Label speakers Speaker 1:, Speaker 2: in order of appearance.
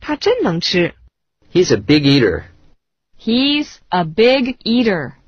Speaker 1: 他真能吃。
Speaker 2: He's a big eater.
Speaker 3: He's a big eater.